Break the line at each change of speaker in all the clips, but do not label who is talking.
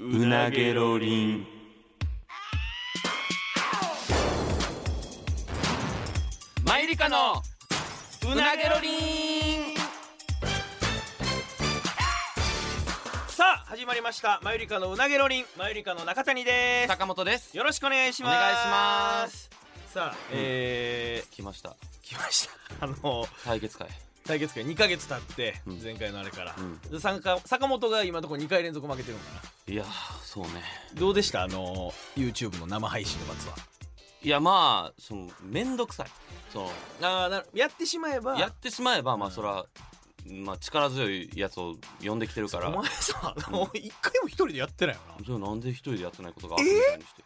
うなげろりんマイリカのうなげろりん
さあ始まりましたマユリカのうなげろりんマユリカの中谷で
坂本です
すよろしくお願いします
お願いします
さあ、え
来ました
ー、来ましたあの
対決会
対決会2ヶ月経って
うん
前回のあれから、
う
でさんか坂本が今のところ2回連続負けてるのか
いやーそうね
などうでしたあの YouTube の生配信の罰はい
やまあそのめんどくさいそ
あーなやってしまえば
のやってしまえばまあ
うん
そらまあ力強いやつを呼んできてるから
お前さあの一回も一人でやってないよな
それなんで一人でやってないことがあるみたいにして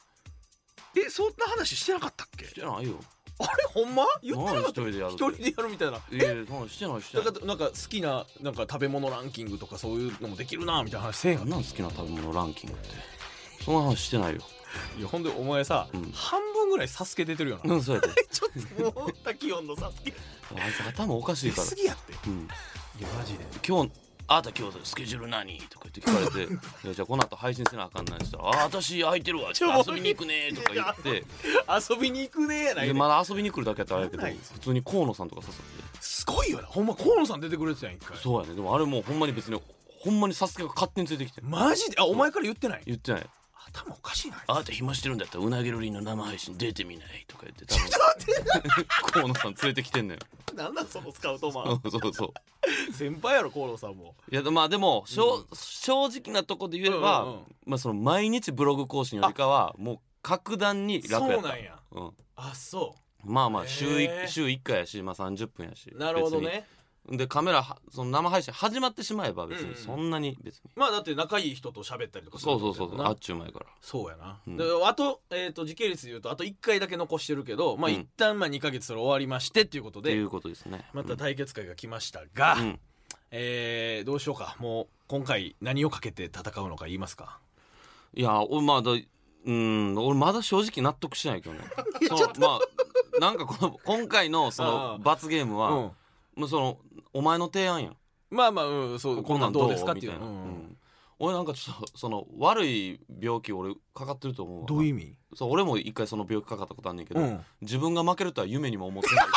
えそんな話してなかったっけ
してないよ
あれほんま言ってなか
何一
った
人でやる
一人でやるみたいない
やいやそんなんしてないして
だ
ない
からなんか好きななんか食べ物ランキングとかそういうのもできるなみたいな話せえへんか
な
っ
んなん好きな食べ物ランキングってそんな話してないよ
たいやほんでお前さ、
うん
半分ぐらいサスケ出てるよな、
うんそうやって
ちょっともう滝音のサスケ
あいつ頭おかし
出
いから
すぎやってい
うん
やマジで
今日あなた今日スケジュール何とか言って聞かれていやじゃあこの後配信せなあかんないっつったら「あ私空いてるわちょっと遊びに行くね」とか言っ
遊びに行くねやな
て
い
で
で、
まだ遊びに来るだけやったらあれ
な
やけ
んなん
ど普通に河野さんとか誘って
すごいよなほんま河野さん出てくれてたやん一回
そうやねでもあれもうほんまに別にほんまにサスケが勝手についてきて
マジであお前から言ってない
言ってない
頭おかしい
「
な
あなた暇してるんだったらうなぎロリンの生配信出てみない」とか言って多分 河野さん連れてきてんのよ
なんなんそのスカウトマン
うん そうそう
先輩やろ河野さんも
いやまあでも、しょう正直なとこで言えば、
うんうんうん
まあ、その毎日ブログ更新よりかはもう格段に楽や
そ
っ
う
た
なんや
うん
あそ
まあまあ
へー
週一週1回やし、まあ、30分やし
うなるほどね
別にでカメラはその生配信始まってしまえば別
うんう
に
ん
そんなに別に、
まあだって仲いい人と喋ったりとかする
そう
って
そ
こ
う
と
そうそ
やもん
う
な
あっちゅう前から
そうやな、
うん
であと,、えー、と時系列でいうとあと1回だけ残してるけど、まあ、
うん
一旦まあ2か月それ終わりましてっていうこと
って
で、
いうことですね
ま
う
た
ん
対決会が来ましたが、
うん
えーどうしようかもう今回何をかけて戦うのか言いますか
いや俺まだうん俺まだ正直納得しない けどねそのまあなんかこの今回のそ
あ
の
ー
罰ゲームは、
うん
もうそのお前の提案やん
まあまあ、うん、そうこんなんどうですかっていう
みたな
うん
ん俺なんかちょっとその悪い病気俺かかってると思うわ
どういう意味、
そう俺も一回その病気かかったことあんねんけど、
うん
自分が負けるとは夢にも思ってないし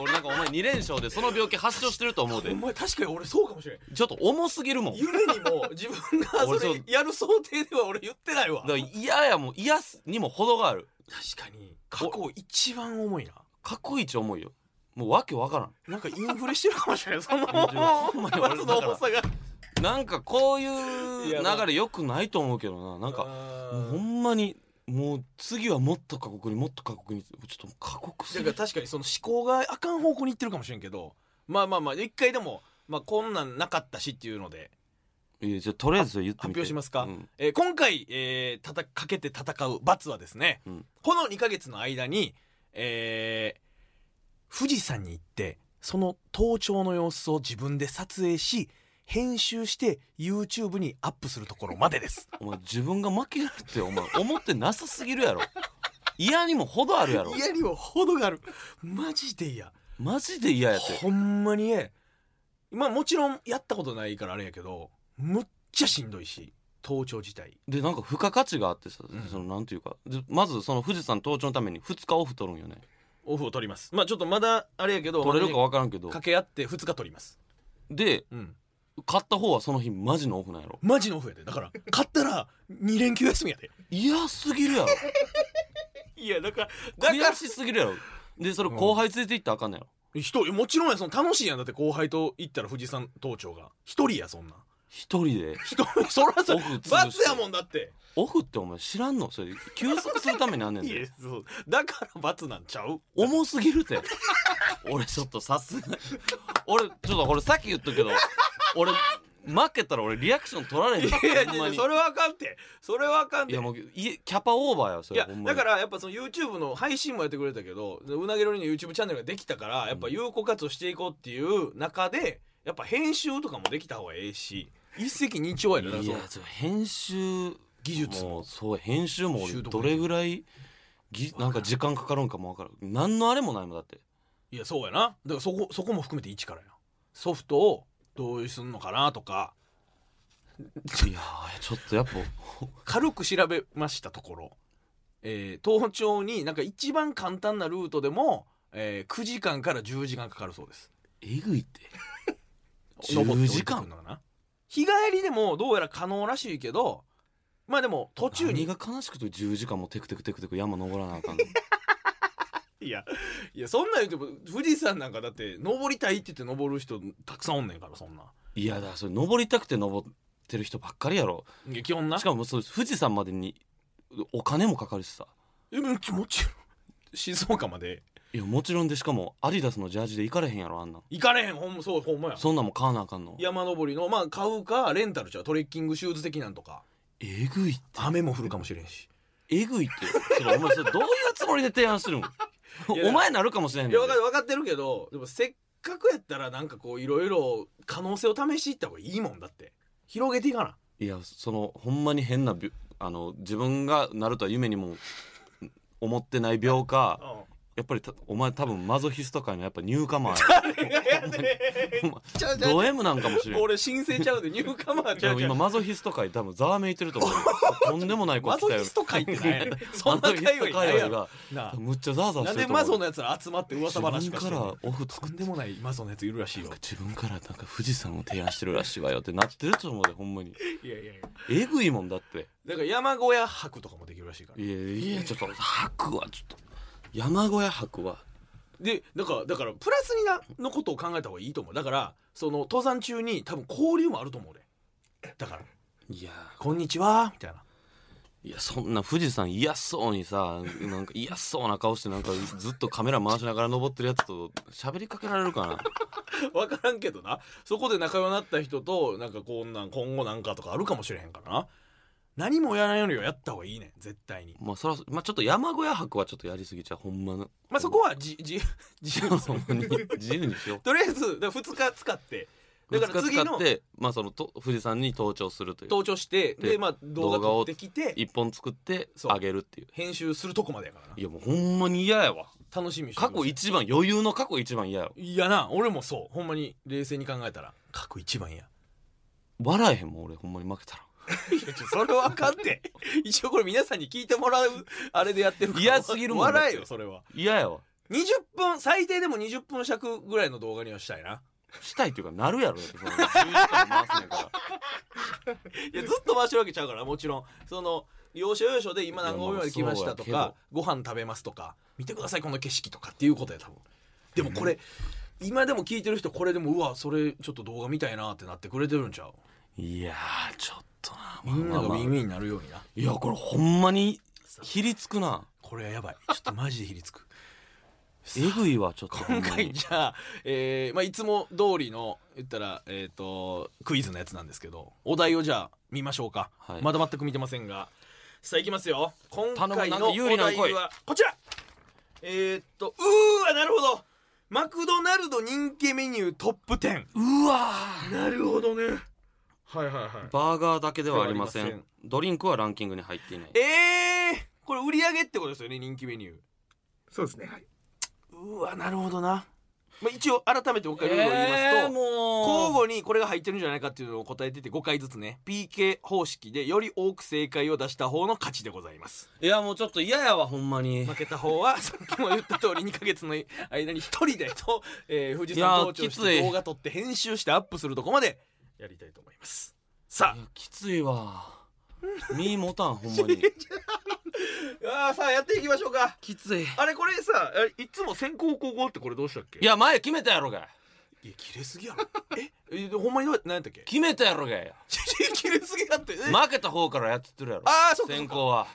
俺なんかお前2連勝でその病気発症してると思うで
お前確かに俺そうかもしれん
ちょっと重すぎるもんだか
夢にも自分が
俺
そ
そう
れやる想定では俺言ってないわ
ら嫌やもん嫌すにも程がある
確かに過去一番重いな
過去一重いよもうわけわからん
なんかインフレしてるかもしれないその
ほんまに俺
その重さが
なんかこうい
いうやまあ
流れよくないと思うけどななんか
う
もうほんまにもう次はもっと過酷にもっと過酷にちょっともう過酷す
だ
ぎ
か
る
ら確かにその思考があかん方向に行ってるかもしれんけどまあまあまあ一回でも、まあ、こんなんなかったしっていうので、
いやじゃあとりあえずそれ言ってみて
発表しますか
うん
えー今回、えーたたかけて戦う罰はですね、
うん
この2ヶ月の間に、えー富士山に行ってその登頂の様子を自分で撮影し編集して YouTube にアップするところま でです。
お前自分が負けるってお前思ってなさすぎるやろ嫌にも程あるやろ
嫌にも程があるマジで嫌
マジで嫌やって
ほんまにえまあもちろんやったことないからあれやけどむっちゃしんどいし盗聴自体
でなんか付加価値があってさ、
うん
そのなんていうかでまずその富士山登頂のために2日オフ取るんよね
オフを取りますまあちょっとまだあれやけど
取れるか分からんけど
掛け合って2日取ります
で
うん
買った方はその日マジのオフなんやろ
マジのオフやでだから買ったら2連休休みやで
嫌すぎるやろ
いやだから
悔しすぎるやろでそれ後輩連れて行ったらあかんのやろ
人もちろんやその楽しいやんだって後輩と行ったら富士山登頂が一人やそんな
一人で
一人そら そ
オフ潰して
罰やもんだって
オフってお前知らんのそれ休息するためにあんねん
い
で
やそうだから罰なんちゃう
重すぎるって俺ちょっとさすが俺ちょっとこれさっき言ったけど俺負けたら俺リアクション取られへん
いやいや
ほん
い
ま
や
に
それはあかんってそれはあかん
い
て
やもういキャパオーバーやそ
い
れ
や
ほんま
だ
に
からやっぱその YouTube の配信もやってくれたけどうなぎろりの YouTube チャンネルができたからやっぱ有効活動していこうっていう中でやっぱ編集とかもできた方がええし一石二鳥やで
い
だからそ
や
の
ちょ編集
技術
もう
も
そう編集も俺
習得
どれぐらいぎなんか時間かかるんかもわからん何のあれもないもんだ って
いやそうやなだからそこそこも含めて一からやソフトをどうすんのかなとか
いやーちょっとやっぱ
軽く調べましたところ、えー東京になんか一番簡単なルートでも、えー9時間から10時間かかるそうです
えぐいって
登
10
って降り
時
てくる
間
のかな日帰りでもどうやら可能らしいけどまあでも途中
何
に
が悲しくて10時間もテクテクテクテク山登らなあかんの
いやいやそんなん言うても富士山なんかだって登りたいって言って登る人たくさんおんねんからそんない
やだからそれ登りたくて登ってる人ばっかりやろ
いや基本な
しかもそう富士山までにお金もかかるしさ
えもちもちろん静岡まで
いやもちろんでしかもアディダスのジャージで行かれへんやろあんなん
行かれへんほんまそうほんまや
そんなんも買わなあかんの
山登りのまあ買うかレンタルちゃうトレッキングシューズ的なんとか
えぐいって
雨も降るかもしれんし
えぐいってそれお前それどういうつもりで提案してるの
いや
お前なるかもしれへん
い
ね
や
ん
分かる分かってるけどでもせっかくやったらなんかこういろいろ可能性を試していった方がいいもんだって広げていかない
やそのほんまに変なびあの自分がなるとは夢にも思ってない病かやっぱりたお前多分マゾヒスト界のやっぱ入荷マンや
誰がやね
ほ
ん
んま
ちゃうちゃうち
ド
ゃ
M なんかもしれ
うん 俺申請ちゃうでニューカマーち
で
ゃ
も
うちゃ
今
う
マゾヒスト界多分ざわめいてると思うよとんでもない子
マ
来
ゾ
たよ
ヒスト界ってなんやねんそ
マ
んな
ゾヒスト
界隈な
界
いや
隈
ろ
が
なあ
むっちゃざわざわし
な
てる
んで
と思う
マゾのやつら集まって噂話
自
とか
分か
してんねん
らオフ
と
作っ
んでもないマゾのやついるらしいよ
自分からなんか富士山を提案してるらしいわよってなってると思うでほんまに
いやいやいや
えぐいもんだって
だから山小屋泊とかもできるらしいから
いやいやちょっと白はちょっと山小屋白は
でだからだからプラスになのことを考えた方がいいと思うだからその登山中に多分交流もあると思う俺だから
いや
「こんにちは」みたいない
やそんな富士山嫌そうにさなんか嫌そうな顔してなんかずっとカメラ回しながら登ってるやつと喋りかけられるかな
分からんけどなそこで仲良くなった人となんかこんなん今後なんかとかあるかもしれへんからな何もやらんよりはやった方がいいねん絶対に
まあそらまあちょっと山小屋泊はちょっとやりすぎちゃうほんまの
まあそこはじじ 自由
ほんまに自由にしよう
とりあえずだから2日使ってだから
2日
次
使っ
の
てまあそのと富士山に登頂するという
登頂してで
で
まあ動画
動画
撮
を
ってきて
一本作って
そう
あげるっていう
編集するとこまでやからない
やもうほんまに嫌やわ
楽しみにして
過
ま
去
す
一番余裕の過去一番嫌やわ
いやな俺もそうほんまに冷静に考えたら書く一番や
笑えへんもん俺ほんまに負けたら
いやちょそれはあかんて 一応これ皆さんに聞いてもらうあれでやってるから
嫌すぎるもん
笑え
だっ
よ
て
それは
嫌やわ
20分最低でも20分尺ぐらいの動画にはしたいな
したいっていうかなるやろだってその10時間も回すねんから
いやずっと回してるわけちゃうからもちろんその要所要所で今何合目まで来ましたと
いやまあ
かご飯食べますとか見てくださいこの景色とかっていうことや多分でもこれ今でも聞いてる人これでもうわそれちょっと動画見たいなってなってくれてるんちゃう
いやーちょっとな
みんなが
まあまあまあ
耳になるようにない
やこれほんまにひりつくな
これはやばいちょっとマジでひりつく
えぐいわちょっとほん
今
まに
回じゃあ、えーまあ、いつも通りの言ったら、えー、とクイズのやつなんですけどお題をじゃあ見ましょうか、
はい
まだ全く見てませんがさあいきますよ今回
頼むなん
の
か
お
有利なの
題
来い
はこちらえー、っとうーわなるほどマクドナルド人気メニュートップ10
うわー
なるほどねはいはいはい
バーガーだけではありませ
ではあり
んドリンクはランキングに入っていない
えー、これ売り上げってことですよね人気メニュー
そうですね。はいう
わなるほどな、まあ、一応改めてもう一回ルールを言いますと、
えーも
交
う
互にこれが入ってるんじゃないかっていうのを答えてて5回ずつね PK 方式でより多く正解を出した方の勝ちでございます
いやもうちょっと嫌やわほんまに
負けた方はさっきも言った通り2ヶ月の間に1人でと、えー、富士
いや
山
ー
登頂し
きつ
て
い
動画撮って編集してアップするとこまでやりたいと思いますさ
い
あ
やきついわ身持たんほんまに
あーさあや っていきましょうか
きつい
あれこれさえいつも先行後攻ってこれどうしたっけ
いや前決めたやろが
いや切れすぎやろ ええほんまにどう何やったっけ
決めたやろがや
切れすぎやって え
負けた方からやってってるやろ
あーそっかそっか
先行は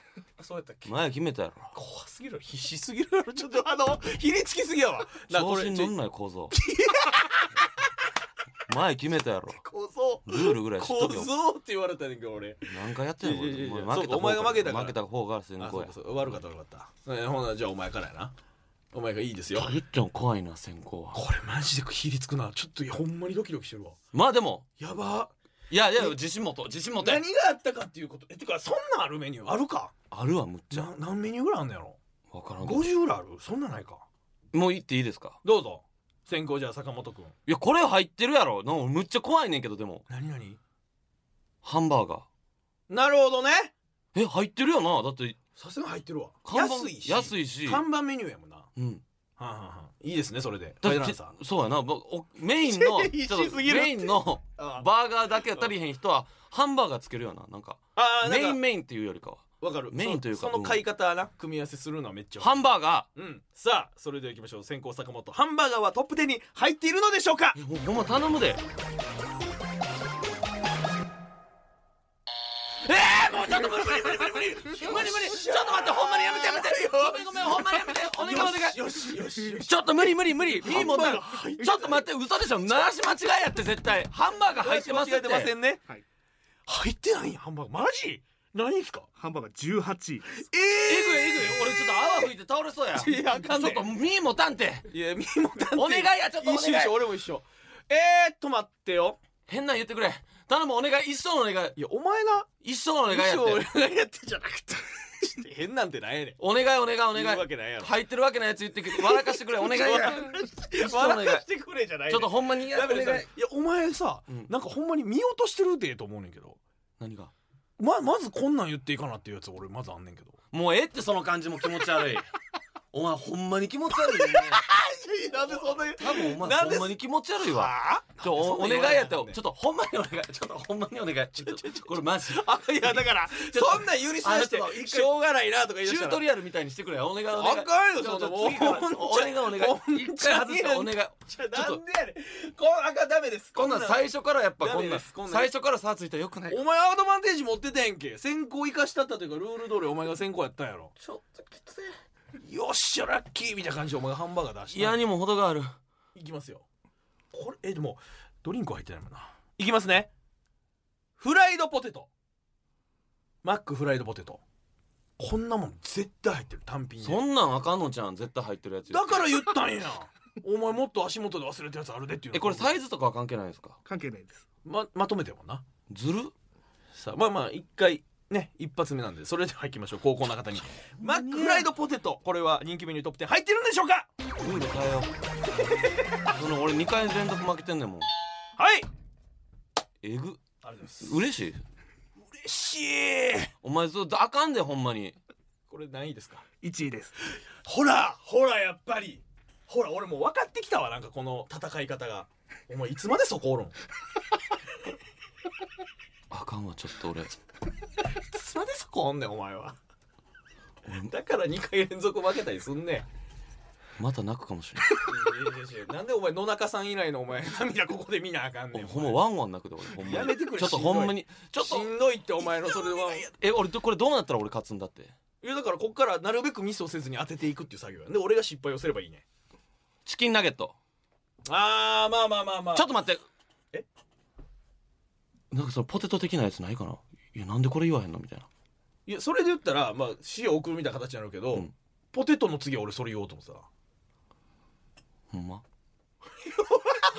そうやったっけ
前決めたやろ
怖すぎるやろ必死すぎるやろちょっと あのひりつきすぎやわな
調子に
ちょ
乗んない構造 前決めたやろ
構造
ルールぐらい知っ
構
とけよ
造って言われたねんけど俺
何回やってんのこれ
いやいやい
お
や
前負けた
そうかお前が負け
方
たから
負けた方が先
あ
行
そう
や
かそう悪かった悪かったえほなじゃあお前からやなお前がいいですよ
ゆっちゃん怖いな先行は
これマジでひりつくなちょっといやほんまにドキドキしてるわ
まあでも
やば
いやいや自信持とう自信持て
何があったかっていうことえてかそんなんあるメニューあるか
あるわむっち
じ
ゃ
ゃ何メニューぐらいあんのやろ
分からんけど
50ぐらいあるそんなんないか
もう言っていいですか
どうぞ先行じゃあ坂本くん
いやこれ入ってるやろなんかむっちゃ怖いねんけどでも
何何
ハンバーガー
なるほどね
え入ってるよなだって
さすがに入ってるわ
看板
安いし
安いし
看板メニューやもんなは
うん、
あはあはあいいですねそれで
だ
フ
っ
ァ
て
イナンサー
そうやなぼおメインの
言い
ちょっと
過ぎるって
メインの
あ
バーガーだけが足りへん人はハンバーガーつけるよななんか
あー
メイ
なん
ン
か
メインっていうよりかは
わかる
メインというか
そその買い方はな組み合わせするのはめっちゃわかる
ハンバーガ
うんさあそれではいきましょう先行坂本ハンバーガーはトップ10に入っているのでしょうか
ーえほほんま頼むで
えー、もうちょっと無理無理無理無理無理無理無理ちょっと待ってほんまにやめてやめてごめんごめんほんまにやめてお願いお願いよしよしよし
ちょっと無理無理無理いいもん
ハンバーガ
だ
ー入ってない
ちょっと待って嘘でしょ流し間違いやって絶対ハンバーガー入ってますって
間違えてませんね、
はい
入ってないんやハンバーガーマジ何すか
ハンバーガー18位です
え
えぐいえぐい俺ちょっと泡 吹いて倒れそうや
いやあかん
ちょ
で
っと身もたんて
いや、みもたんて
お願いやちょっとお
一緒
願
一
い
緒、俺も一緒。えーっと、待ってよ。
変なん言ってくれ頼むお願い一生のお願い
いや、お前な、
一生のお願いや
一緒俺
って
がやってじゃなくて。変なんてないやねん。
お願いお願いお
言う
願
わ
い
けないやろ。
入ってるわけないや つ言ってくれ笑かしてくれお願いや
い。笑かしてくれじゃない
ち
ね
ょっ
ん
とほんまにや
ダメ
お
で
願
すよ
い
いや、お前さ
うん、
なんかほんまに見落としてるでと思うねんけど。
何が
ま、まずこんなん言っていいかなっていうやつ俺まずあんねんけど。
もうええってその感じも気持ち悪い お前ほんまに気持ち悪いね
なんでそんな言
多分お前
なん
ほ
で
んまに気持ち悪いわ
は
ちょおお願いやってちょっ
と。
とほんまにお願いちょっとほんまにお願いちょっとこれマジ
あ、いや、だから、
ょっと
そんなん許し出して
あの人、
しょうがないなとか言う
チ
した
ュー
ら
トリアルみたいにしてくれお願いお願い
あかんよ、
ちょ
そん
っと次
な
からお願いお願い一回外してお願い
じゃあなんでやねんこんあかんダメです
こんなん最初からやっぱこん
ダメ
な
で
ん
すこんなん
最初から差ついたらよくない
お前アドバンテージ持ってたやんけ先行生かしたったというかルール通りお前が先行やったんやろ
ちょっときつ
よっしゃラッキーみたいな感じでお前がハンバーガー出した
いやにも程がある
いきますよこれえでもドリンクは入ってないもんないきますねフライドポテトマックフライドポテトこんなもん絶対入ってる単品で
そんなんあかんのちゃん絶対入ってるやつ
だから言ったんやお前もっと足元で忘れたやつあるでっていうの
えこれサイズとかは関係ないんですか
関係ないです
ままとめてもんな
ずる
さあまあまあ一回ね一発目なんでそれでは行きましょう高校の方にマックフライドポテトこれは人気メニュートップ10入ってるんでしょうか
ルール変えよう その俺2回連続負けてんねんもん
はい
えぐ
ありがとうございます
嬉しい
嬉しい
お前そうあかんでほんまに
これ何位ですか
1位です
ほらほらやっぱりほら俺もう分かってきたわなんかこの戦い方がお前いつまでそこおるんい
あかんわちょっと俺
つまでそこおんねんお前はだから2回連続負けたりすんねん
また泣くかもしれ
いやいやいやなんでお前野中さん以来のお前涙ここで見なあかんね
ない
ん
ほんまワンワン泣くで俺ほんまに
やめてくれ
ちょっとほんまにちょっ
し
と
んどいってお前のそれは。
え俺どこれどうなったら俺勝つんだって
いやだからこっからなるべくミスをせずに当てていくっていう作業やんで俺が失敗をすればいいね
チキンナゲット
あーまあまあまあまあ
ちょっと待って
え
なんかそのポテト的なやつないかないやなんでこれ言わへんのみたいない
やそれで言ったらまあ塩送るみたいな形になるけど、
うん
ポテトの次は俺それ言おうと思って
ほんま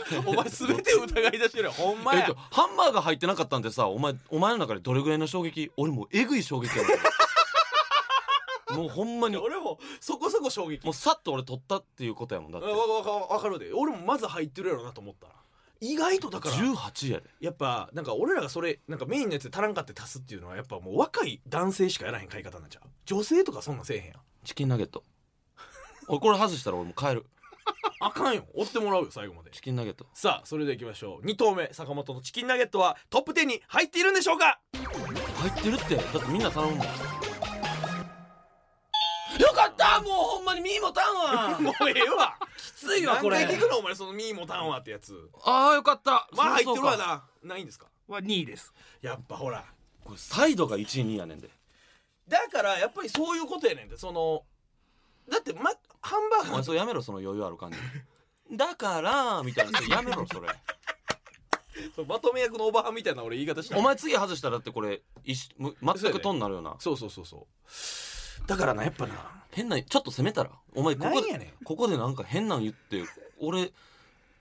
たお前全て疑い出してるやんほんま
え
や
っとハンバーガー入ってなかったんでさお前お前の中でどれぐらいの衝撃俺もうえぐい衝撃や もんもうほんま
い
に
や俺もそこそこ衝撃
もうさっと俺取ったっていうことやもんだっ
わ
て
わわわかるで俺もまず入ってるやろなと思ったら意外とだから
18やで
やっぱなんか俺らがそれなんかメインのやつで足らんかって足すっていうのはやっぱもう若い男性しかやらへん買い方になっちゃう女性とかそんなんせえへんやん
チキンナゲット俺これ外したら俺もう帰る
あかんよ追ってもらうよ最後まで
チキンナゲット
さあそれではいきましょう2投目坂本のチキンナゲットはトップ10に入っているんでしょうか
入ってるってだってみんな頼むもんよかったもうほんまにミーもたんわ
もうええわ
きついわこれ
何回聞くのお前そのミーもタンはってやつ
ああよかった
まあ入って
そう
る
か
わなないんですか
は2位です
やっぱほら
これサイドが1位2位やねんで
だからやっぱりそういうことやねんってそのだってまハン
お
バーガ
前
ー
それやめろその余裕ある感じだからみたいなそれやめろそれ
そう まとめ役のおばはんみたいな俺言い方した
お前次外したらだってこれ一緒む全くとんなるよな
そうそうそうそうだからなやっぱな
変なちょっと攻めたらお前ここ
なん
で
やねん
ここでなんか変なん言って俺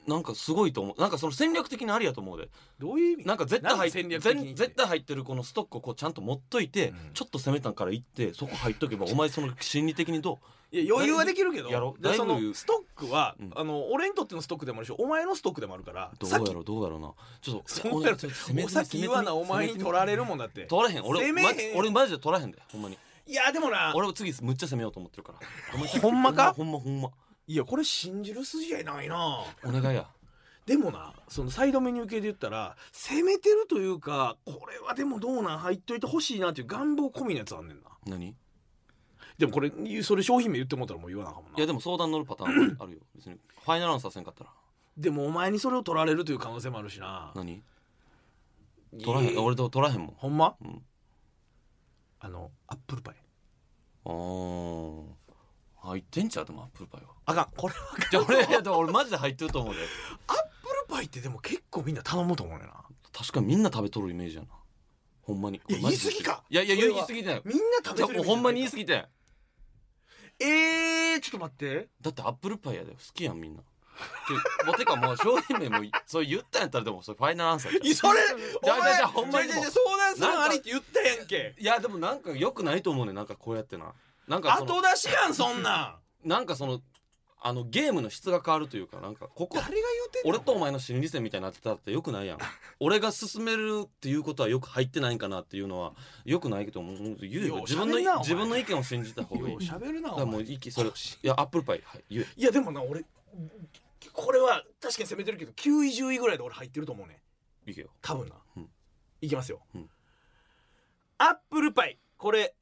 なんかすごいと思うなんかその戦略的にありやと思うで
どういう意味
なんか絶対入っ
何戦略的に
全絶対入ってるこのストックをこうちゃんと持っといて、
うん
ちょっと攻めたんから行ってそこ入っとけ ばお前その心理的にど
いや余裕はできるけど
やろ
で
だい
そ
ぶ
の
余裕
ストックは、
うん
あの俺にとってのストックでもあるしお前のストックでもあるから
うどう
さ
や
っき
ろうどうやろうなちょっと
そんなの
ちょっと攻め
お
て
先言わなお前に取られるもんだって
取らへん俺
攻めへん
マジ俺マジで取らへんでほんまに
いやでもな
俺も次むっちゃ攻めようと思ってるからごめ
ほんまか
ほんまほんま
いやこれ信じる筋合いないな
ほんまお願いや
でもなそのサイドメニュー系で言ったら攻めてるというかこれはでもどうなん入っといてほしいなっていう願望込みのやつあんねんな
何い
でもこれそれ商品名言ってもうたらもう言わなあかんもんな
やでも相談乗るパターンあるよ 別にファイナルアンサーせんかったら
でもお前にそれを取られるという可能性もあるしな
何取らへ
い
ん
や
俺と取らへんもん
ほんま
うん
あのアップルパイ
ああ入ってんちゃうでもアップルパイ は
あかんこれはアッ
じゃあ俺いやでも俺マジで入ってると思うで
プルパイってでも結構みんな頼むと思うねんな
確かにみんな食べとるイメージやなほんまに
いや
マジで
言い過ぎか
いやいや
それ
言
はい
過ぎてない
みんな食
じ
べ
ゃ
て
あ
る
もうほんまに言い過
ぎ
ぎてん
えー、ちょっと待って
だってアップルパイやで好きやんみんなてもうてかもう商品名もいそれ言ったんやったらでもそれファイナルアンサーちゃう
いやそれお
じゃあ
前
じゃあじゃあほんまに
じゃあじゃあ相談するのありって言ったやんけ
いやでもなんか良くないと思うねなんかこうやってななんかその
後出しやんそ んなん
なんかそのあのゲームの質が変わるというかなんかここ
誰が言うてんの
俺とお前の心理戦みたいになってたってよくないやん俺が進めるっていうことはよく入ってないんかなっていうのはよくないけどもう言う
よ
よ
う
自分の
喋んなお前
自分の意見を信じた方がいい
よう喋るな
だ
お
から
前
もういきそれいやアップルパイ、はい、言え
いやでもな俺これは確かに攻めてるけど9位10位ぐらいで俺入ってると思うね
いけよ
多分な、
うん
いきますよ、
うん
アップルパイこれ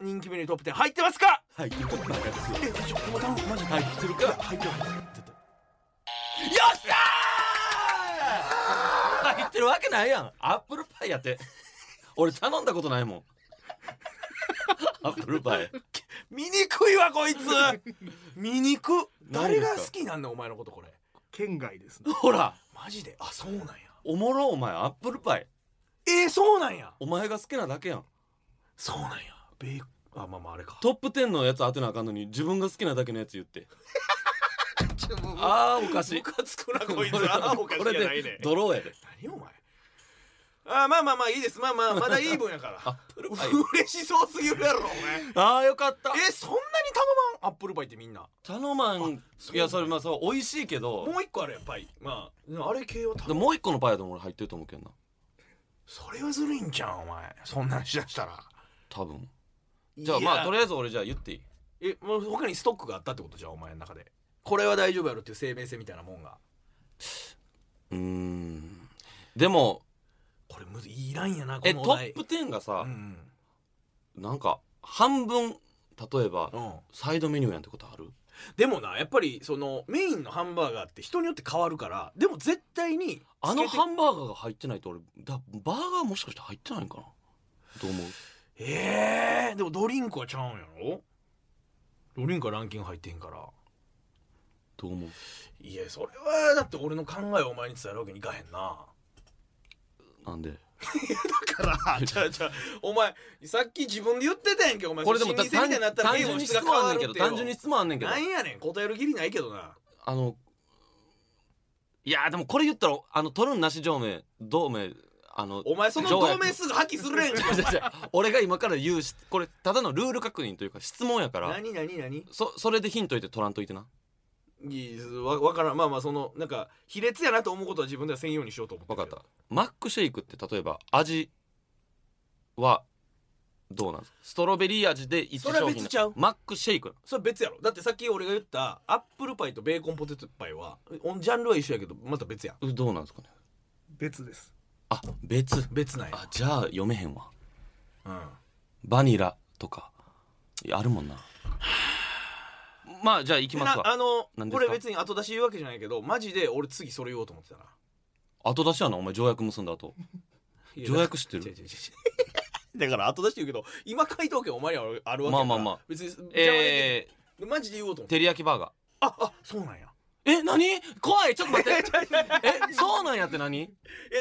人気メニュートップ10入ってますか
はい言
えちょっと待ってマジで
入ってるか
入ってる絶
よっしゃ ー入ってるわけないやんアップルパイやって 俺頼んだことないもん アップルパイ
対醜いわこい つ醜誰が
何
好
ですか
きなんだお前のことこれ
県外ですね
ほら
マジであそうなんや
おもろお前アップルパイ
えー、そうなんや
お前が好きなだけやん
そうなんやベーあまあまああれか
トップ10のやつ当てなあかんのに自分が好きなだけのやつ言って あーおかしい
ムカつくな こいつあーおかしい
これ
やない
で
ね
ドローやで
何お前あーまあまあまあいいですまあまあまだいい分やか
ア
ら
ップルパイ
嬉しそうすぎるやろお前
あーよかった
えそんなに頼まんアップルパイってみんな
頼まん
そう
いやそれまあそう美味しいけど
もう一個あるやんパイまああれ系を
で
頼む
もう一個のパイやとも俺入ってると思うけどな
それはずるいんじゃんお前そんなんしだしたら
多分じゃあまあと
れ
りあえず俺じゃあ言っていい
えもう他にストックがあったってことじゃんお前の中でこれは大丈夫やろっていう生命性みたいなもんが
うーんでも
これむずいいらんやなこ
え
の
ト
お題
ップ10がさ
う、ん
なんか半分例えば
うん、うん
サイドメニューやんってことある
でもなやっぱりそのメインのハンバーガーって人によって変わるからでも絶対に
あのハ
ン
ンバーガーが入ってないと俺だバーガーもしかして入ってないんかなどう思う
えー、でもドリンクはちゃうんやろドリンクはランキング入ってへんから
どう思う
いやそれはだって俺の考えをお前に伝えるわけにいかへんな
なんで
だから ちゃうちゃうお前さっき自分で言ってたやんけお前
これでも
心理戦みたいになったら
単
ゲー
純
ムの
に質
質が変
問あ
わ
んねん
る
け
っ
ど
てよ
単純に質問あんねんけど
なんやねん答える義理ないけどな
あのいやでもこれ言ったらあの取るんなし上名同名あ の
お前その
条約
同盟すぐ破棄する やんけ
違う違う違う俺が今から言うしこれただのルール確認というか質問やから
何何何
そそれでヒント言って取らんといてない
やわわからんまあまあそのなんか卑劣やなと思うことは自分では専用にしようと思って
分
る
かっ
けど
たマックシェイクって例えば味はどうなんですかストロベリー味で一
それは
商
別
品
ちゃう
マックシェイク
それ別やろだってさっき俺が言ったアップルパイとベーコンポテトパイはおジャンルは一緒やけどまた別やん
うどうなんですかね
別です
あ別
別なんや
あじゃあ読めへんわ
うん
バニラとかいやあるもんな まあじゃあ行き
で
ます
な
わ
あの
何です
こ
か
れ別に後出し言うわけじゃないけどマジで俺次それ言おうと思ってたな
後出しやなお前条約結んだ後条約知ってる
違う違う違う だから後出し言うけど今回答権お前にはあるわけやから
まあまあまあ
別に邪魔できない
え
マジで言おうと思
ー、
って
照り焼きバーガー
ああそうなんや
え何怖いちょっと待 って
いやいや
えそうなんやって何
いや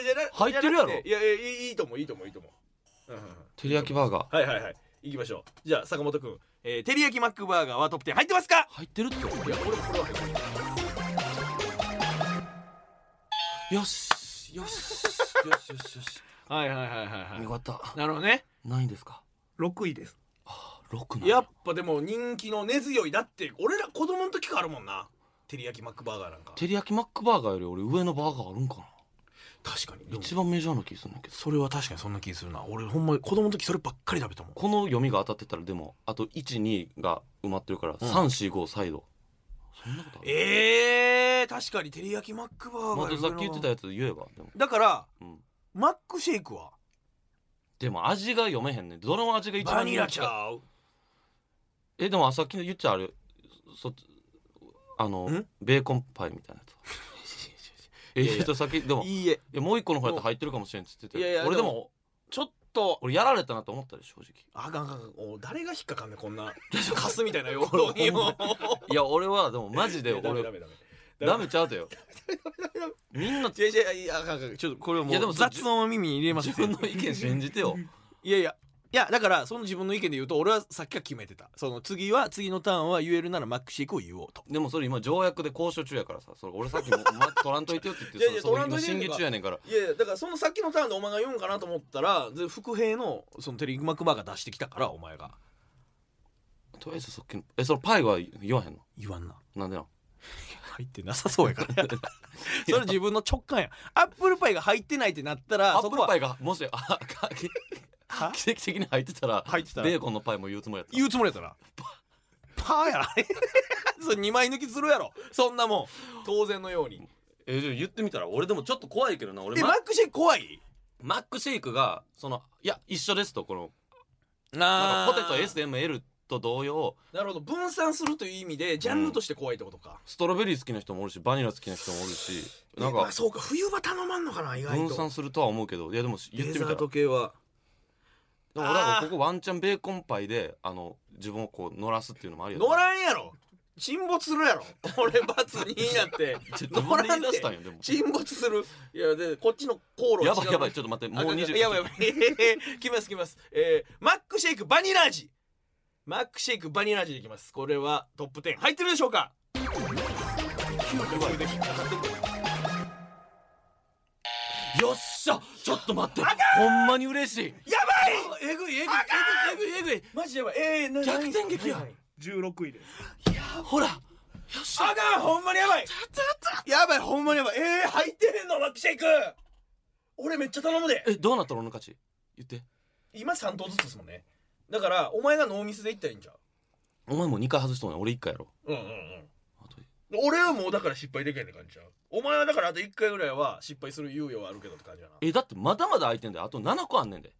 じゃな
入ってるやろ
じゃなくていやいやいいいいと思ういいと思ういいと思う、うんうんうん
照り焼きバーガー
はいはいはい行きましょうじゃあ坂本君、えー、照り焼きマックバーガーはトップ10入ってますか
入ってるって
いや俺もこれは入ってる
よしよしよしよしよしよし
はいはいはいはい
よ
は
かった
いなるほどね
ないんですか
6位です
ああ6なん
やっぱでも人気の根強いだって俺ら子供の時からあるもんな照り焼きマックバーガーなんか
照り焼きマックバーガーより俺上のバーガーあるんか
確かに
な
でも
一番メジャーな気するんだけど
それは確かにそんな気するな俺ほんま子供の時そればっかり食べたもん
この読みが当たってたらでもあと12が埋まってるから
うん
345サイドそんなことある
えー、確かに照り焼きマックバーガ
ま
ー
たさっき言ってたやつ言えばでも、
だから
うん、
マックシェイクは
でも味が読めへんねんどの味が一番
バニラち
う
ゃう
えでもさっきの言っちゃあれそあの
ん
ベーコンパイみたいなやつえ
いやいや
ーっとさっきでも
いいえ
いやもう一個の方やったら入ってるかもしれんっつってて
いやいや
俺で
で
も
ちょっと
俺やられたなと思ったで正直
あかんあかんあかんお誰が引っかかんねんこんなカスみたいな用語にも
いや俺はでもマジで
ダメダ
俺
メダメ
ダメちゃうだよみんな
違う違ういやあかんあかんちょっとこれも
いやでも
う雑音を耳に入れます
自分の意見信じてよ
いやいやいやだからその自分の意見で言うと俺はさっきから決めてたその次は次のターンは言えるならマックシェイクを言おうと
でもそれ今条約で交渉中やからさそれ俺さっきも、ま、取らんといてよって言って
いやいや
そのその
取ら
今
んといて
審
よ
議中やねんから
いやいやだからそのさっきのターンでお前が言うんかなと思ったらで副兵のそのテリーマックバーガー出してきたからお前が
とりあえずそっきのえそのパイは言わへんの
言わんな
なんでなん
入ってなさそうやか らそれ自分の直感やアップルパイが入ってないってなったら
アップルパ
イ
イがもしあか奇奇跡的に入ってたら
入ってたら
ベーコンのパイも言うつもりやった
言うつもりやったらパーやな それ2枚抜きするやろそんなもん当然のように
えじゃあ言ってみたら俺でもちょっと怖いけどな俺
え
マ
マックシェイク怖い
マックシェイクがそのいや一緒ですとこの
な
なんかポテト SML と同様
なるほど分散するという意味でジャンルとして怖いってことか、
ストロベリー好きな人もおるしバニラ好きな人もおるしなん
ま
か
あそうか冬場頼まんのかな意外
分
と
散するとは思うけどいやでも言ってみたらでも
系は
俺はここワンチャンベーコンパイであの自分をこう乗らすっていうのもありやと
乗
思う
らんやろ沈没するやろ俺罰2になって
ちょっと
乗
乗
ら
ら
ん
ん
で
出したんやでも
沈没するいやでこっちの航路
やばいやばい
ち
ちょっと待って
も
もう
う
20
やばいやばい きますきますえー、マックシェイクバニラ味マックシェイクバニラ味でいきますこれはトップ10入ってるでしょうか9で引っかかってる
よっしゃちょっと待ってほんまに嬉しい
やばい
えぐいえぐいえぐいえぐいえぐい
マジやばいえー、な
逆転劇や
何
16位です
ほらよっし
あかんほんまにやばいやばいほんまにやばいえー、入ってへんのマックシェイク俺めっちゃ頼むで
えどうなったの俺の勝ち言って
今3頭ずつですもんねだからお前がノーミスでいったらいいんじゃ
お前も2回外しとんねん俺1回やろ
ううんうんうん
あと
俺はもうだから失敗できへんって感じちゃうお前はだからあと1回ぐらいは失敗する猶予はあるけどって感じやな
えだってまだまだ空いてんだよあと7個あんねんで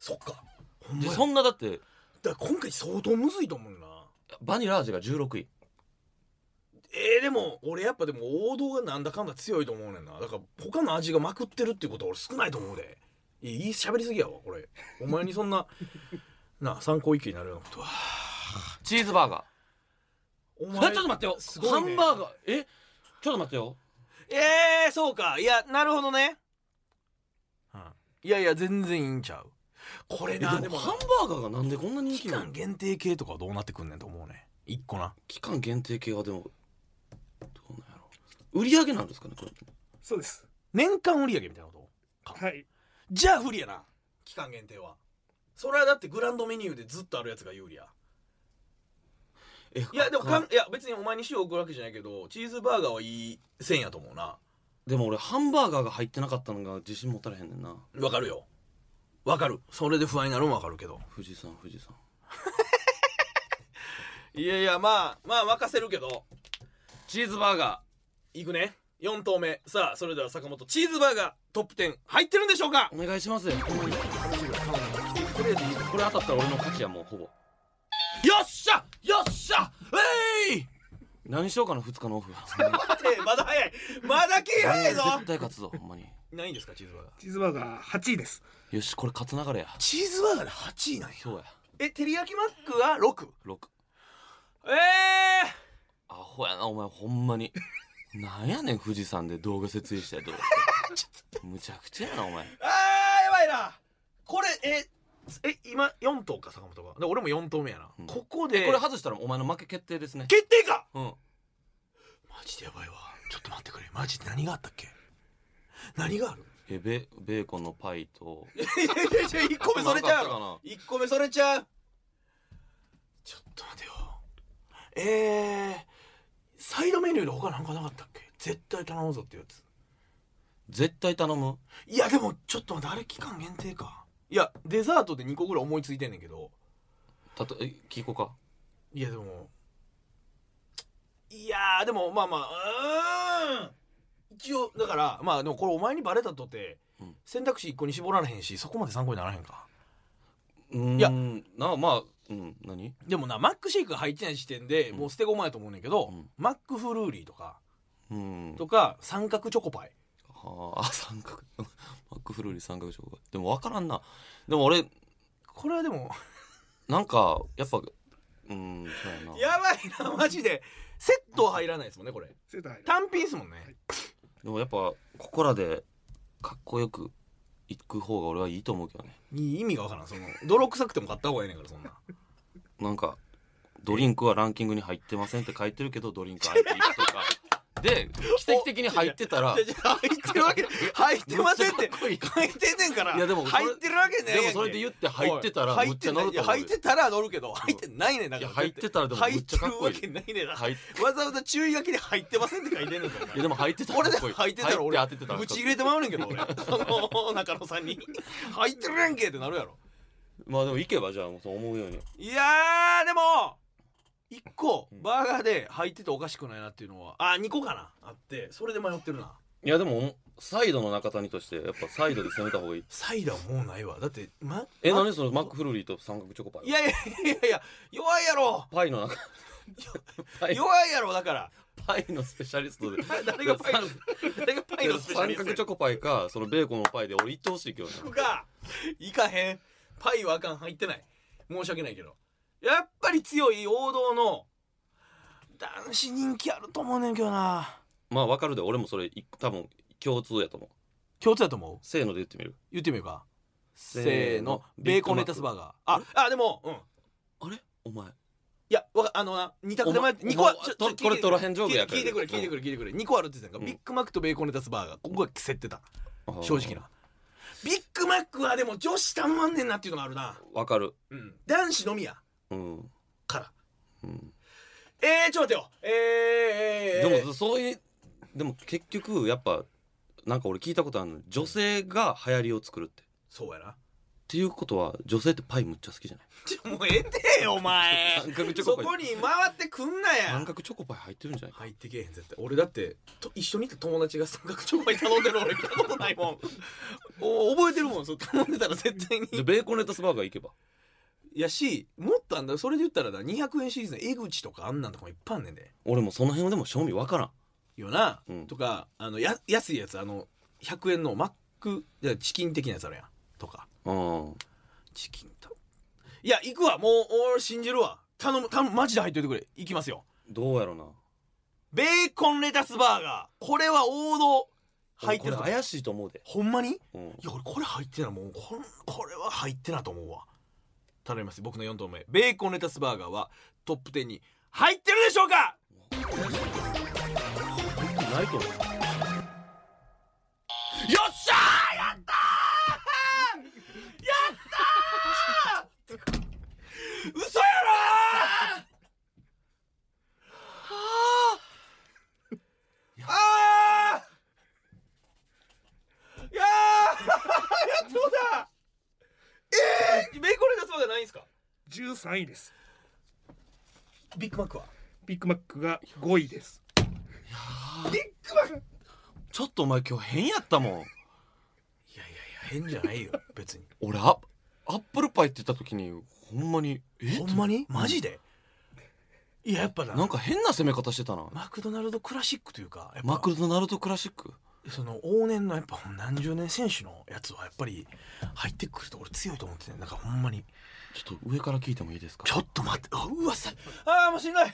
そっかほんま
で
や
そんなだって
だから今回相当むずいと思うな
バニラ味が16位
えー、でも俺やっぱでも王道がなんだかんだ強いと思うねんなだから他の味がまくってるってことは俺少ないと思うでいやいい喋りすぎやわこれお前にそんな なあ参考意見になるようなことは
チーズバーガ
お
ーえちょっと待ってよ、
すごい
ハ
ね
ンバーガーえちょっと待ってよ
えー、そうかいやなるほどね、いやいや全然いいんちゃうこれ
え
な
で
で
も
も
ハ
な
ンバーガーがなんでこんな人
期
気な
間
の
限定系とかはどうなってくんねんと思うね一個な
期間限定系はでもどうなんやろ売り上げなんですかねこれ
そうです
年間売り上げみたいなこと
はい
じゃあ不利やな期間限定はそれはだってグランドメニューでずっとあるやつが有利や
え
いやでも
か
かんいや別にお前に塩を送るわけじゃないけどチーズバーガーはいい線やと思うな
でも俺ハンバーガーが入ってなかったのが自信持たれへんねんな
わかるよわかるそれで不安になるもわかるけど
富士山富士山
いやいやまあまあ任せるけどチーズバーガーいくね4投目さあそれでは坂本チーズバーガートップ10入ってるんでしょうか
お願いしますよほんまにこれ当たったら俺の勝ちやもうほぼよっしゃよっしゃえい何しようかな2日のオフ
待てまだ早いまだ気早いぞ
絶対勝つぞほんまに
何位ですかチーズバーガー
チーズバーガー8位です
よしこれ勝つ流れや
チーズバーガーで8位なんや
そうや
え照り焼きマックが6
6
ええ
アホやなお前ほんまになんやねん富士山で動画設営してどう むちゃくちゃやなお前
あーやばいなこれええ今4頭か坂本がで俺も4頭目やな、
うん
ここで
これ外したらお前の負け決定ですね
決定か
うん
マジでやばいわちょっと待ってくれマジで何があったっけ何がある
えベベーコンのパイと
いやいやいや1個目それちゃうやろ1個目それちゃうちょっと待てよえー、サイドメニューで他なんかなかったっけ絶対頼むぞってやつ
絶対頼む
いやでもちょっと待ってあれ期間限定かいやデザートで2個ぐらい思いついてんねんけど
たとえ聞こうか
いやでもいやーでもまあまあうーん一応だからまあでもこれお前にバレたとて、
うん
選択肢1個に絞られへんしそこまで参考にならへんか
うーん
いや
なまあうん何
でもなマックシェイクが入ってない時点で
うん
もう捨て駒やと思うねんけど、
うん
マックフルーリーとか
うん
とか三角チョコパイ
はああ 三角マックフルーリー三角障害でも分からんなでも俺
これはでも
なんかやっぱうんそうやな
やばいなマジでセットは入らないですもんねこれ
セーター入る
単品ですもんね、
でもやっぱここらでかっこよく行く方が俺はいいと思うけどね
いい意味がわからんその泥臭くても買った方がいいねんからそんな
なんかドリンクはランキングに入ってませんって書いてるけどドリンク入っていくと かで奇跡的に入ってたら
いやいや 入ってるわけ入ってませんって書いてんねんから
いやでもそれ
入ってるわけ
で
ねえやん
も
け
それで言って入ってたら
おい
むっちゃ乗ると思う
入ってないいや入ってたら乗るけど入ってないねんだから
いや入ってたらでもむっちゃかっこいい
入ってるわけないねんだか
入っ
らわざわざ注意書きで入ってませんって書いてんねんから
いやでも入ってたら
俺で
かっこいい
入ってたら俺
入って当ててたら
ぶち入れてまうねんけど俺 その中野さんに入ってるやんけってなるやろ
まあでも行けばじゃあもうそう思うように
いやーでも一個
うん
バーガーで入ってておかしくないなっていうのはあ二個かなあってそれで迷ってるない
やでもサイドの中谷としてやっぱサイドで攻めた方 がいい
サイダーもうないわだってま
え
ま
何そのマックフルーリーと三角チョコパイ
いやいやいやいや弱いやろ
パイの 中 パイ
弱いやろだから
パイのスペシャリストで
誰 がパイ の誰がパイのスペシャ
三
リスト
角
や
チョコパイかそのベーコンのパイで俺行ってほしいけどね
行くかいかへんパイはあかん入ってない申し訳ないけどやっぱり強い王道の男子人気あると思うねんけどな
まあわかるで俺もそれい多分共通やと思う
共通だと思う
せーので言ってみる
言ってみようかせ
ー
ー
の
のベーコンレタスバーガーああでもうん
あれお前
いやわかあのな二択で迷って
お前
二個は
お前
ちょ
と
ちょ聞いてくれ
これトラヘンジョークやから
聞いてくれ聞いてくれ聞いてくれ二個あるって言ってたん
うん
かビッグマックとベーコンレタスバーガーここが競ってた
あー
正直なビッグマックはでも女子たまんねんなっていうのがあるな
わかる
うん男子のみや
うん、
から
うん、
えー、ちょっと待ってよえー、えー、えー
でもそういうでも結局やっぱなんか俺聞いたことあるの女性が流行りを作るってっ
そうやな
ていうことは女性ってパイむっちゃ好きじゃない
ちょもうええてよ お前
三角チョ
そ
コパ
こ
イ
に回ってくんな
三
や
角チョコパイ入ってるんじゃない
入ってけえへん絶対俺だってと一緒にいた友達が三角チョコパイ頼んでるの俺見たことないもんお覚えてるもんそう頼んでたら絶対に
でベーコンレタスバーガー行けば
やしもっとあんだそれで言ったらだ200円シリーズの江口とかあんなんとかもいっぱいあんねんで
俺もその辺はでも正味わからん
よな、
うん
とかあのや安いやつあの100円のマックじゃチキン的なやつあるやんとか
うん
チキンといや行くわもう俺信じるわ頼む頼むマジで入っといてくれ行きますよ
どうやろな
ベーコンレタスバーガーこれは王道入ってる
俺これ怪しいと思うで、
ほんまにい
うん、
や俺これ入ってないもうこんこれは入ってないと思うわ頼みます僕の4投目ベーコンレタスバーガーはトップ10に入ってるでしょうか
ないと思う
よっしゃーやったーやったー嘘やろーあーあーいやーやっとだえー、ベーコンレタスバーガーないんすか
13位です
ビッグマックは
ビッグマックが5位です
ちょっとお前今日変やったもん
いやいやいや変じゃ ないよ別に
俺アアップルパイって言った時にほんまにえ
ほんまにマジでいややっぱな
なんか変な攻め方してたな
マクドナルドクラシックというかやっぱ
マクドナルドクラシック
その往年のやっぱ何十年選手のやつはやっぱり入ってくると俺強いと思ってねなんかほんまに
ちょっと上から聞いてもいいですか
ちょっと待ってあうわさあーもうしんどい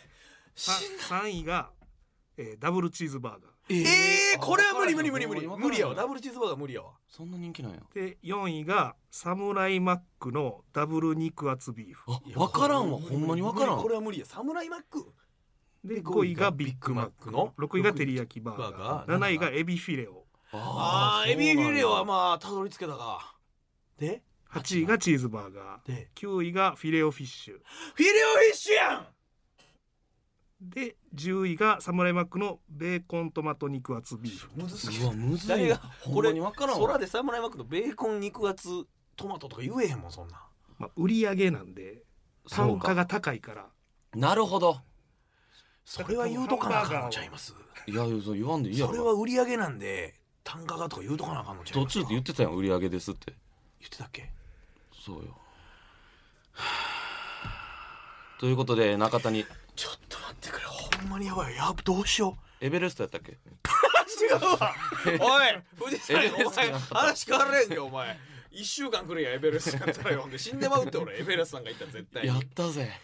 しん
3位が、えーダブルチーズバーガ
えー
えー、これは無理無理無理無理
わからん
無理やわダ
わ
ブルチーズバーガー無理やわ
そんな人気なんや
ーで4位がサムライマックのダブル肉厚ビーフ
あ分からんわ
いや
ほんまに分から
無理
ん
これは無理やサムライマック
で
5
5
位
位
が
が
ビ
ビ
ッ
ッ
グ
グ
マ
マ
ッ
ッ
ク
ク
の
の6位が照り焼きバー
バーガ
ガ
ー
ー7位がエビフィレオ
ああエビフィレオはまあたどり着けたかで
8位がチーズバーガー
で
9位がフィレオフィッシュ
フィレオフィッシュやん
で10位がサムライマックのベーコントマト肉厚ビーフ
むずすぎ
うわむずい
誰が
なほんまに分からんわ
空で侍マックのベーコン肉厚トマトとか言えへんもんそんな
まあ、売り上げなんで
そう
単
か
価が高いから
なるほど
それは言うとかなあかんのちゃいます
いやいやそう言わんでいいや
そ
ろ
れは売り上げなんで単価がとか言うとかなあかんのちゃい
途
ます
中
か
で言ってたやん売り上げですって
言ってたっけ
そうよということで中谷
ちょっと待ってくれほんまにやばいやばどうしよう
エベレストやったっけ
違う わおい富士山
エベレ
お
スト
前
や
話変われんけお前一週間くれやエベレストやったら呼んで死んでまうって俺エベレストなんか言ったら絶対に
やったぜ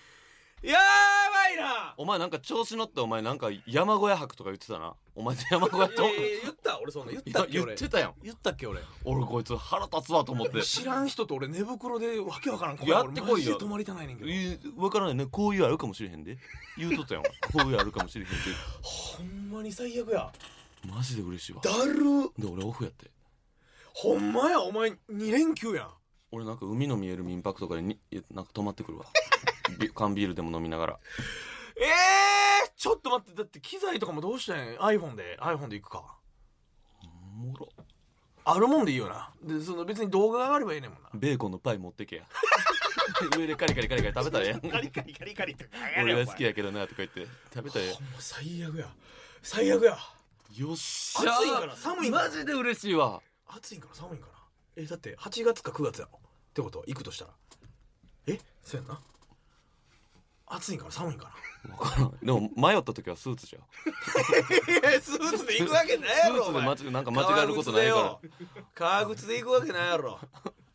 やばいな
お前なんか調子乗ってお前なんか山小屋泊とか言ってたなお前山小屋と
いやいや言った俺そんな言っ
い
た
や
っけ
言
俺
ってたやん
言ったっけ俺
俺こいつ腹立つわと思 って
知らん人と俺寝袋でわけわからん
やってこいよ
俺マジで泊まりたないねんけど
え分からないねこういうあるかもしれへんで言うとった やんこういうあるかもしれへんって
ほんまに最悪や
マジで嬉しいわ
だる
で俺オフやって
ほんまやお前2連休やん
俺なんか海の見える民泊とかでにいやなんか泊まってくるわ ビ缶ビールでも飲みながら
ええー、ちょっと待ってだって機材とかもどうしてん iPhone で iPhone でいくか
おもろ
あるもんでいいよなでその別に動画があればええねんもんな
ベーコンのパイ持ってけや 上でカリカリカリカリ食べたらええやん
リカリカリカリって
俺は好きやけどなとか言って食べたらえ
ほんま最悪や最悪や
えよっし
暑いから寒いから
マジで嬉しいわ
暑いんかな寒いんかなえだって8月か9月やろってことは行くとしたらえそうやんな暑いんかな寒いんかな
分からんでも迷った時はスーツじゃん
いやスーツで行くわけない
ス
やろお前
ーツで間違なんか間違えることないから
革靴でよ革靴で行くわけないやろ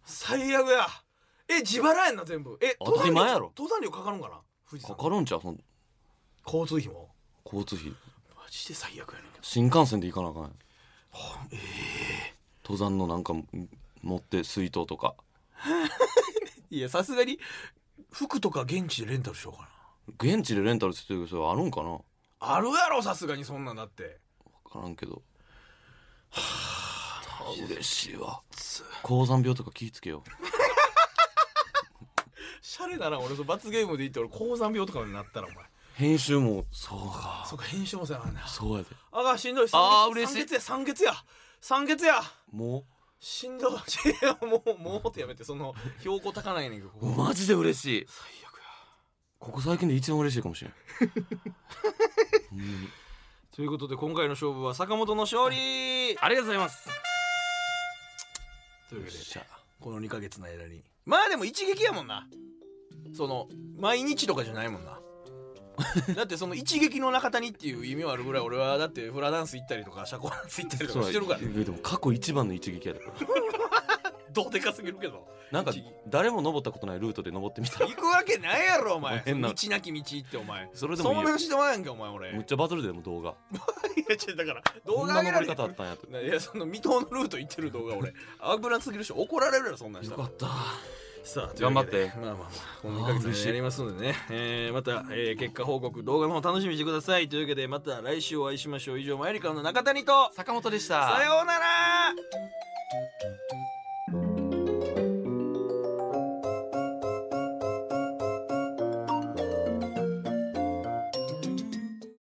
最悪やえ自腹やんな全部え
当たり前やろ
登山料登山料かかるんかな富士
か
山
かるんちゃうその
交通費も
交通費
マジで最悪やねんけど
新幹線で行かなあかんやん登山のなんかん持って水筒とか
いやさすがに服とか現地でレンタルしようかな
現地でレンタルしてるけどそれあるんかな分
あるやろさすがにそんなんだって
からんけどはあ嬉しいわ高山病とか気ぃつけよう
シャレだな俺その罰ゲームで行って俺高山病とかになったらお前
編集もそうか
そっか編集もせなあかんな
そうやで
あかんしんどい
あー
三月
嬉しい
三月や三月や三月や
も
しんどいいやもうもうってやめてその標高高ないねんけどこ
う
こ
マジで嬉しい
最悪や
ここ最近で一番嬉しいかもしれん ほんまに
ということで今回の勝負は坂本の勝利
ありがとうございます
というわけで
ゃ
この2ヶ月の間にまあでも一撃やもんなその毎日とかじゃないもんなだってその一撃の中谷っていう意味はあるぐらい俺はだってフラダンス行ったりとか社交ダンス行ったりとかしてるから
でも過去一番の一撃やで
どうでかすぎるけど
なんか
一撃
誰も登ったことないルートで登ってみた
行くわけないやろお前
ごめんな
道なき道行ってお前
それでもいいよ
んなんしてもらえんかお前 俺い
むっちゃバズるでも動画
やちょだから動
こん
画
な
上げら
登
れ
り
へん
方あったんやと
いやその未踏のルート行ってる動画俺危なすぎるし怒られるやろそんなんした
よ
ら
かった
さあ
頑張って
というわけでまあまあまあこの2ヶ月でやりますのでね、えーまた、えー結果報告動画の方楽しみにしてくださいというわけでまた来週お会いしましょう以上マユリカの中谷と
坂本でした
さようなら